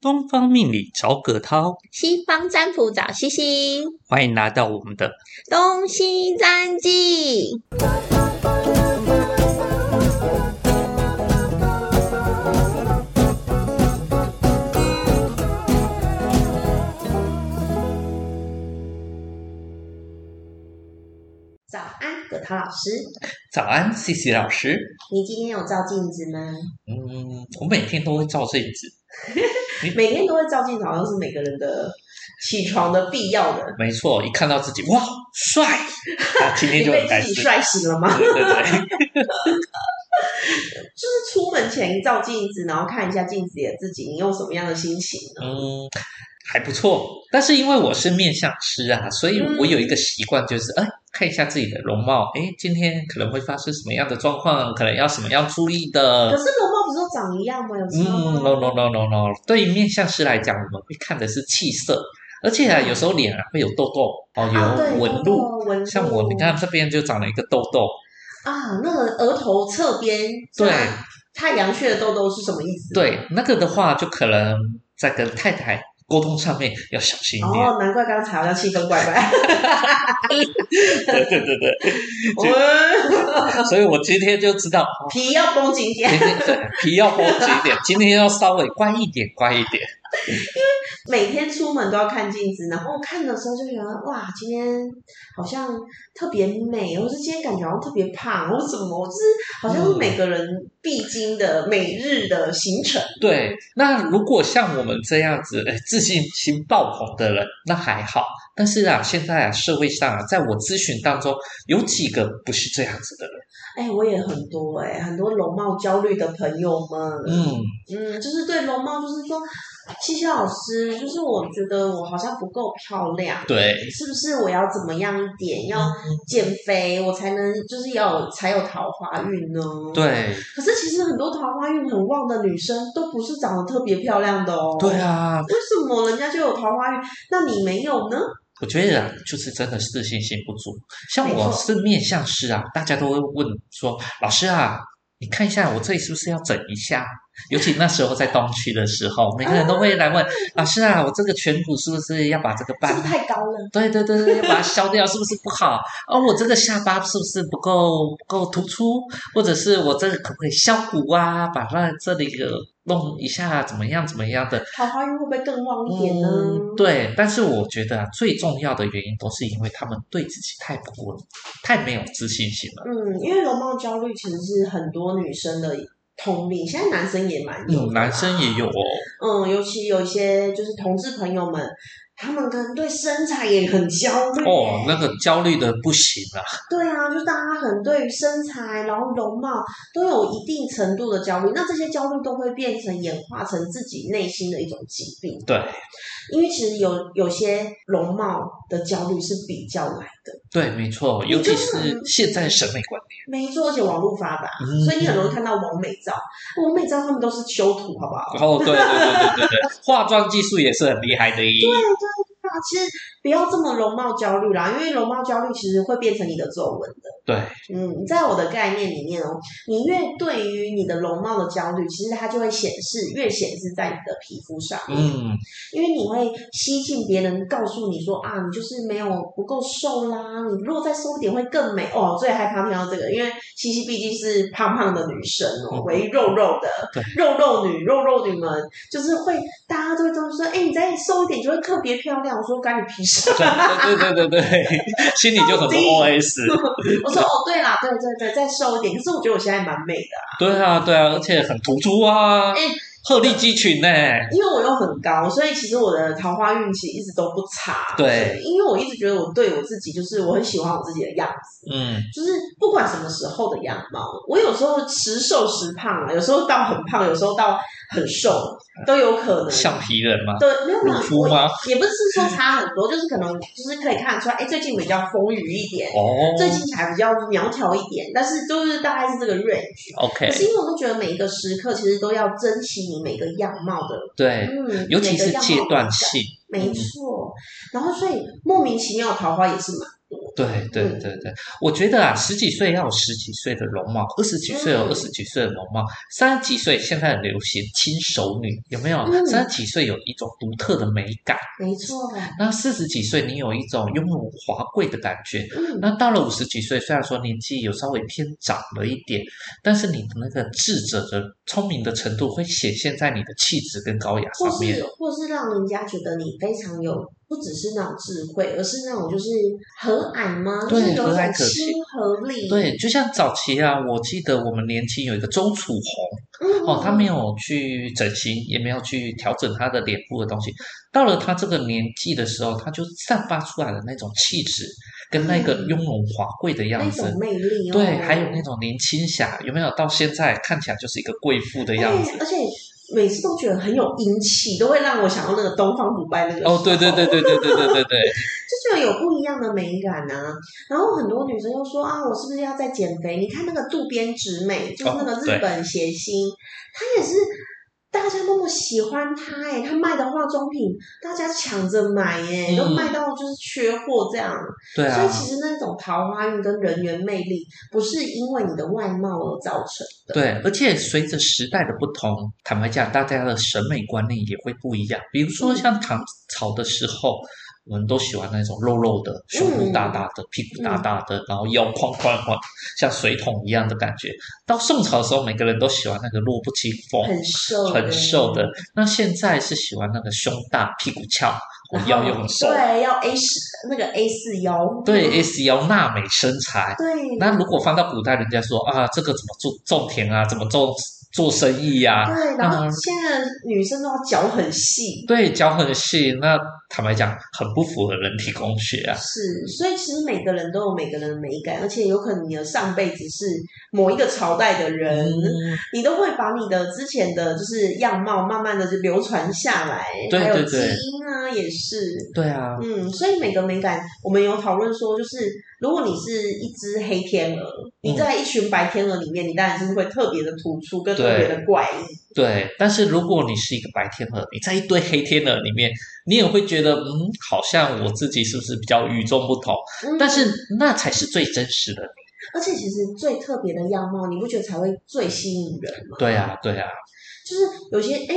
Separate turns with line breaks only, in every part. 东方命理找葛涛，
西方占卜找西西，
欢迎来到我们的
东西占记。早安，葛涛老师，
早安，西西老师。
你今天有照镜子吗？
嗯，我每天都会照镜子，
每天都会照镜子，好像是每个人的起床的必要的。
没错，一看到自己哇帅，啊，今天
你
就
被
很开
自己
心。
帅醒了吗？
对对 对，
就是出门前照镜子，然后看一下镜子里的自己，你用什么样的心情呢？
嗯，还不错。但是因为我是面相师啊，所以我有一个习惯，就是哎、看一下自己的容貌，哎，今天可能会发生什么样的状况，可能要什么样注意
可
的。
是容貌不是都长一样吗？有时候、
嗯，no no no no no，对于面相师来讲，我们会看的是气色，而且啊，有时候脸啊会有痘痘哦，
啊，对，
有纹路。
哦纹路
像我，你看这边就长了一个痘痘，
啊，那个额头侧边
对
是吧太阳穴的痘痘是什么意思？
对，那个的话就可能在跟太太沟通上面要小心一点。
哦，难怪刚才好像气氛怪怪。
对对对对，
我 们
所 以我今天就知道，哦
皮要绷紧一点。
今天对皮要绷紧一点，今天要稍微乖一点，乖一点。
每天出门都要看镜子，然后看的时候就觉得哇，今天好像特别美，或是今天感觉好像特别胖，或什么，就是好像是每个人必经的每日的行程。
对，那如果像我们这样子，哎，自信心爆棚的人，那还好。但是啊，现在啊，社会上啊，在我咨询当中，有几个不是这样子的人。
哎、我也很多哎、很多容貌焦虑的朋友们，
嗯，
嗯，就是对容貌，就是说，西西老师，就是我觉得我好像不够漂亮。
对，
是不是我要怎么样一点，要减肥，我才能就是要才有桃花运呢？
对，
可是其实很多桃花运很旺的女生都不是长得特别漂亮的哦。
对，啊，
为什么人家就有桃花运，那你没有呢？
我觉得啊，就是真的自信心不足。像
没
我
错
是面相师啊，大家都会问说：“老师啊，你看一下我这里是不是要整一下？”尤其那时候在东区的时候，每个人都会来 问：“老师啊，我这个颧骨是不是要把这个
是不是
半？
太高了？
对对对对，要把它削掉，是不是不好？哦，我这个下巴是不是不够不够突出？或者是我这个可不可以削骨啊？把那这里个弄一下，怎么样怎么样的？”
桃花运会不会更旺一点呢？
嗯，对，但是我觉得啊，最重要的原因都是因为他们对自己太不过，太没有自信心了。
嗯，因为容貌焦虑其实是很多女生的通病，现在男生也蛮有的
嗯，
啦
男生也有哦，
嗯，尤其有一些就是同志朋友们，他们可能对身材也很焦虑
哦，那个焦虑的不行啊。
对啊，就是大家可能对于身材，然后容貌都有一定程度的焦虑，那这些焦虑都会变成演化成自己内心的一种疾病。
对，
因为其实有有些容貌的焦虑是比较来的，
对，没错，尤其是现在审美观念，
没错，而且网络发达，
嗯
所以你很容易看到完美照，完美照他们都是修图，好不好？
哦，对对对对对对，化妆技术也是很厉害的耶。
那啊其实不要这么容貌焦虑啦，因为容貌焦虑其实会变成你的皱纹的。
对，
嗯，在我的概念里面哦，你越对于你的容貌的焦虑，其实它就会显示越显示在你的皮肤上面，
嗯，
因为你会吸进别人告诉你说啊，你就是没有不够瘦啦，你如果再瘦一点会更美哦。我最害怕听到这个，因为西西毕竟是胖胖的女生哦
嗯，
为肉肉的
对
肉肉女，肉肉女们就是会大家都会都说，哎、你再瘦一点就会特别漂亮。我说干你屁事。
对对对对对，心里就很多 OS。
我说哦，对啦，对对对，再瘦一点。可是我觉得我现在蛮美的。
对啊对啊，而且很突出啊，鹤立鸡群呢。
因为我又很高，所以其实我的桃花运气一直都不差。
对，
因为我一直觉得我对我自己就是我很喜欢我自己的样子，
嗯，
就是不管什么时候的样貌，我有时候时瘦时胖啊，有时候到很胖，有时候到很瘦，
嗯
都有可能。
橡皮人嘛，
对，没有没
鲁
有
夫吗？
我也不是说差很多，就是可能就是可以看得出来，哎，最近比较丰腴一点，
哦，
最近还比较苗条一点，但是就是大概是这个 range。
OK，
可是因为我都觉得每一个时刻其实都要珍惜你每个样貌的
对，
嗯，
尤其
每个
是
样貌
阶
不
段
一样，
性，
没错。然后所以莫名其妙桃花也是蛮多
对对
嗯
对对，我觉得啊，十几岁要有十几岁的容貌，二十几岁有
嗯
二十几岁的容貌，三十几岁现在很流行轻熟女，有没有？
嗯
三十几岁有一种独特的美感，
没错，
那四十几岁你有一种雍容华贵的感觉，
嗯，
那到了五十几岁，虽然说年纪有稍微偏长了一点，但是你的那个智者的聪明的程度会显现在你的气质跟高雅
或
上面
是。或是让人家觉得你非常有，不只是那种智慧，而是那种就是和蔼吗？
对
就是有
和蔼
种
可亲
亲和力。
对，就像早期啊，我记得我们年轻有一个周楚红
嗯，
哦，她没有去整形，也没有去调整她的脸部的东西。到了她这个年纪的时候，她就散发出来的那种气质，跟那个
嗯
雍容华贵的样
那
子，
种魅力哦。
对，还有那种年轻侠，有没有？到现在看起来就是一个贵妇的样子
哎。而且每次都觉得很有英气，都会让我想到那个东方不败那个。
哦，对对对，对对对对对 对，
就觉得有不一样的美感啊。然后很多女生又说啊，我是不是要再减肥？你看那个渡边直美，就是那个
哦
日
对
本谐星，她、也是。大家那么喜欢她哎、她卖的化妆品大家抢着买哎、
嗯
都卖到就是缺货这样。
对
所以
啊，
其实那种桃花运跟人缘魅力，不是因为你的外貌而造成的。
对，而且随着时代的不同，坦白讲，大家的审美观念也会不一样。比如
嗯
说像唐朝的时候，我们都喜欢那种肉肉的、胸部大大
嗯
的、屁股大大的，然后腰宽宽宽，像水桶一样的感觉。到宋朝的时候，每个人都喜欢那个弱不禁风、
很瘦的，
哦很瘦的。那现在是喜欢那个胸大、屁股翘，我
然后
腰又很瘦，
对，要 A 四那个 A 四腰，
对 S 腰娜美身材。
对，
那如果放到古代，人家说啊，这个怎么种种田啊，怎么种做生意呀、
对，然后
嗯
现在的女生都要脚很细，
对，脚很细，那坦白讲，很不符合人体工学啊。
是，所以其实每个人都有每个人的美感，而且有可能你的上辈子是某一个朝代的人，
嗯，
你都会把你的之前的就是样貌慢慢的就流传下来，
对
还有
对
基
对
因啊也是，
对啊，
嗯，所以每个美感，我们有讨论说，就是如果你是一只黑天鹅，
嗯
你在一群白天鹅里面，你当然是会特别的突出，跟特别的怪异。
对。但是如果你是一个白天鹅，你在一堆黑天鹅里面，你也会觉得，嗯，好像我自己是不是比较与众不同？
嗯
但是那才是最真实的。
而且其实最特别的样貌，你不觉得才会最吸引人吗？
对啊，对啊，
就是有些哎，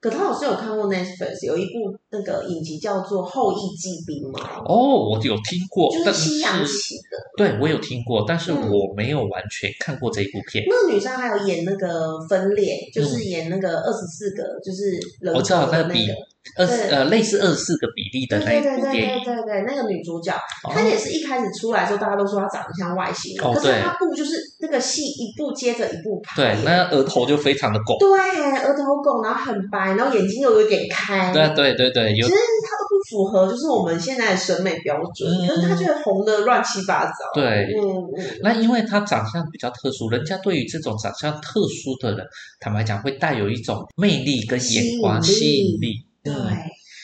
葛涛老师有看过 Netflix 有一部那个影集叫做《后羿骑兵》吗？
哦，我有听过，
就
但
是西洋
是
棋的。
对我有听过，但是
嗯
我没有完全看过这一部片。
那个女生还有演那个分裂，就是演那个二十四个，就是人
嗯我知道
格
那
的
个
那
比
个。
二
对
呃类似二十四个比例的
对
那一
对对
部
对
电
对
影，
对对，那个女主角，
哦
她也是一开始出来的时候，大家都说她长得像外星人，
哦
可
对
是她不就是那个戏一部接着一部拍耶，
对，那额头就非常的拱，
对额头拱，然后很白，然后眼睛又有点开，
对啊对对对，有
其实她都不符合就是我们现在的审美标准，
嗯
可是她却红的乱七八糟，
对。
嗯嗯，
那因为他长相比较特殊，人家对于这种长相特殊的人，坦白讲会带有一种魅力跟眼光
吸
吸
引
引力。
对
嗯。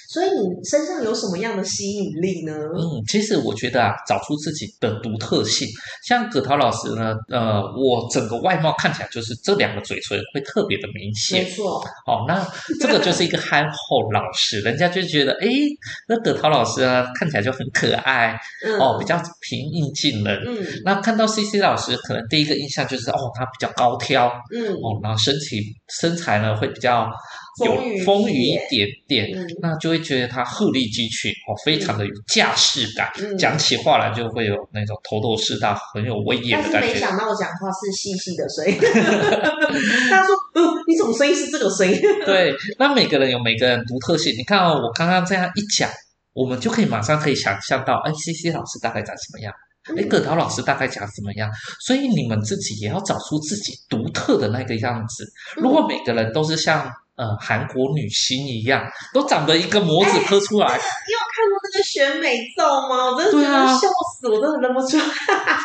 所以你身上有什么样的吸引力呢？
嗯，其实我觉得啊，找出自己的独特性，像葛涛老师呢，呃，我整个外貌看起来就是这两个嘴唇会特别的明显
没，错，
哦，那这个就是一个憨厚老实，人家就觉得，诶，那葛涛老师啊，看起来就很可爱
嗯，
哦，比较平易近人。
嗯
那看到 C C 老师，可能第一个印象就是，哦，他比较高挑，
嗯
哦，然后身体身材呢会比较
丰腴
有
一
丰腴一
点
点点，
嗯
那就会觉得他鹤立鸡群，哦，非常的有架势感，
嗯，
讲起话来就会有那种头头是道，很有威严
但
的
是
感
没
觉。
想到我讲话是细细 的声音，他说：“嗯，你怎么声音是这个声音
对，那每个人有每个人独特性。你看哦，我刚刚这样一讲，我们就可以马上可以想象到，哎，C C 老师大概长什么样，哎，
嗯
葛涛老师大概长什么样。所以你们自己也要找出自己独特的那个样子。？”如果每个人都是像呃韩国女星一样，都长得一个模子刻出来，
你有看过那个选美照吗？我真的觉
对啊
得笑死，我真的认不出，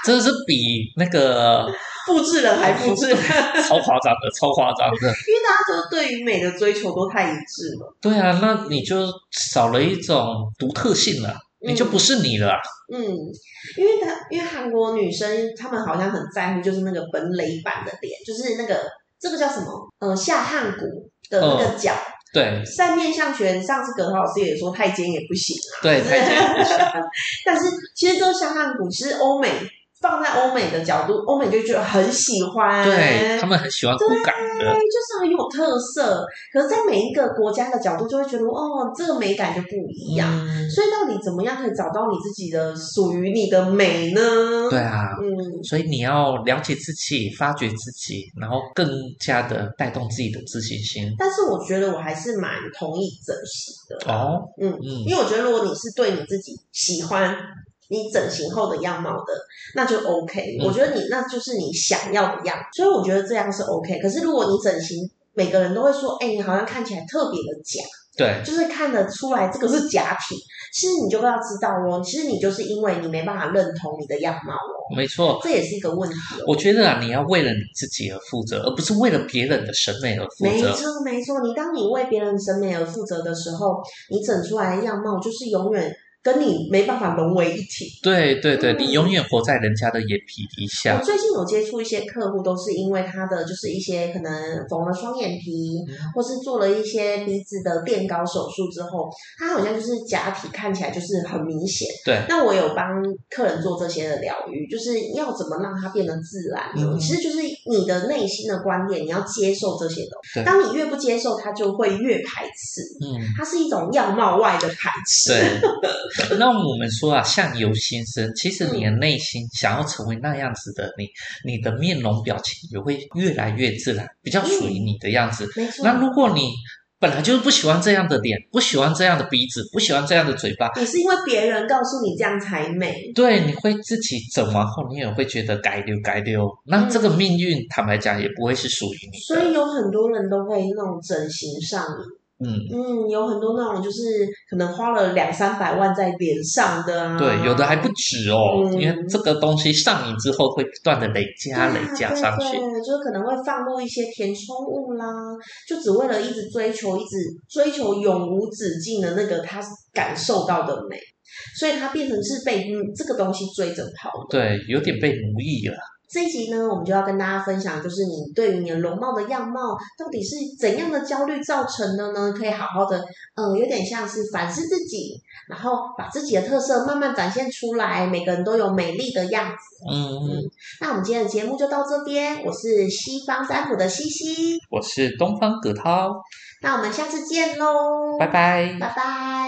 真的是比那个
复制人还复制 人，因为
超夸张的，超夸张的。
大家都对于美的追求都太一致了。嗯
对啊，那你就少了一种独特性了，你就不是你了啊。
嗯，因为他因为韩国女生她们好像很在乎，就是那个
嗯
本垒版的脸，就是那个这个叫什么呃下颌骨的那个角，
对
晒面相学，上次葛涛老师也说太尖也不行啊。
对，太监不行，
但是其实这香汉古是欧美放在欧美的角度，欧美就觉得很喜欢。
对他们很喜欢酷感
对，
的，
就是很有特色。可是，在每一个国家的角度，就会觉得哦，这个美感就不一样。
嗯
所以，到底怎么样可以找到你自己的属于你的美呢？
对，啊，
嗯，
所以你要了解自己，发掘自己，然后更加的带动自己的自信心。
但是我觉得我还是蛮同意整形的，
哦，
嗯
嗯，
因为我觉得如果你是对你自己喜欢你整形后的样貌的，那就 OK、
嗯
我觉得你那就是你想要的样，所以我觉得这样是 OK。可是如果你整形，每个人都会说，哎、你好像看起来特别的假。
对
就是看得出来这个是假体，其实你就要知道哦，其实你就是因为你没办法认同你的样貌哦，
没错。
这也是一个问题哦。
我觉得啊，你要为了你自己而负责，而不是为了别人的审美而负
没
责。
错，没错。你当你为别人审美而负责的时候，你整出来的样貌就是永远跟你没办法融为一体。
对对对，
嗯
你永远活在人家的眼皮底
我
下。
最近有接触一些客户，都是因为他的就是一些可能缝了双眼皮，
嗯
或是做了一些鼻子的垫高手术之后，他好像就是假体看起来就是很明显。
对，
那我有帮客人做这些的疗愈，就是要怎么让它变得自然呢？
嗯
其实就是你的内心的观念，你要接受这些东
对
西。当你越不接受，它就会越排斥。
嗯，
它是一种样貌外的排斥。
对。那我们说啊，相由心生，其实你的内心想要成为那样子的你，你的面容表情也会越来越自然，比较属于你的样子。
没错。
那如果你本来就是不喜欢这样的脸，不喜欢这样的鼻子，不喜欢这样的嘴巴，
你是因为别人告诉你这样才美，
对，你会自己整完后，你也会觉得改溜改溜。那这个命运，坦白讲，也不会是属于你
所
的。
以有很多人都会那种整形上瘾。
嗯，
嗯，有很多那种就是可能花了两三百万在脸上的啊。
对，有的还不止哦，
嗯
因为这个东西上瘾之后，会不断的累加、累加上
啊对
去。
对对，就是可能会放入一些填充物啦，就只为了一直追求，一直追求永无止境的那个他感受到的美，所以他变成是被、嗯这个东西追着跑的。
对，有点被奴役了。
这一集呢，我们就要跟大家分享，就是你对于你的容貌的样貌到底是怎样的焦虑造成的呢？可以好好的，嗯，有点像是反思自己，然后把自己的特色慢慢展现出来。每个人都有美丽的样子。
嗯，
那我们今天的节目就到这边，我是西方占卜的西西，
我是东方葛涛，
那我们下次见喽，
拜拜。
拜拜。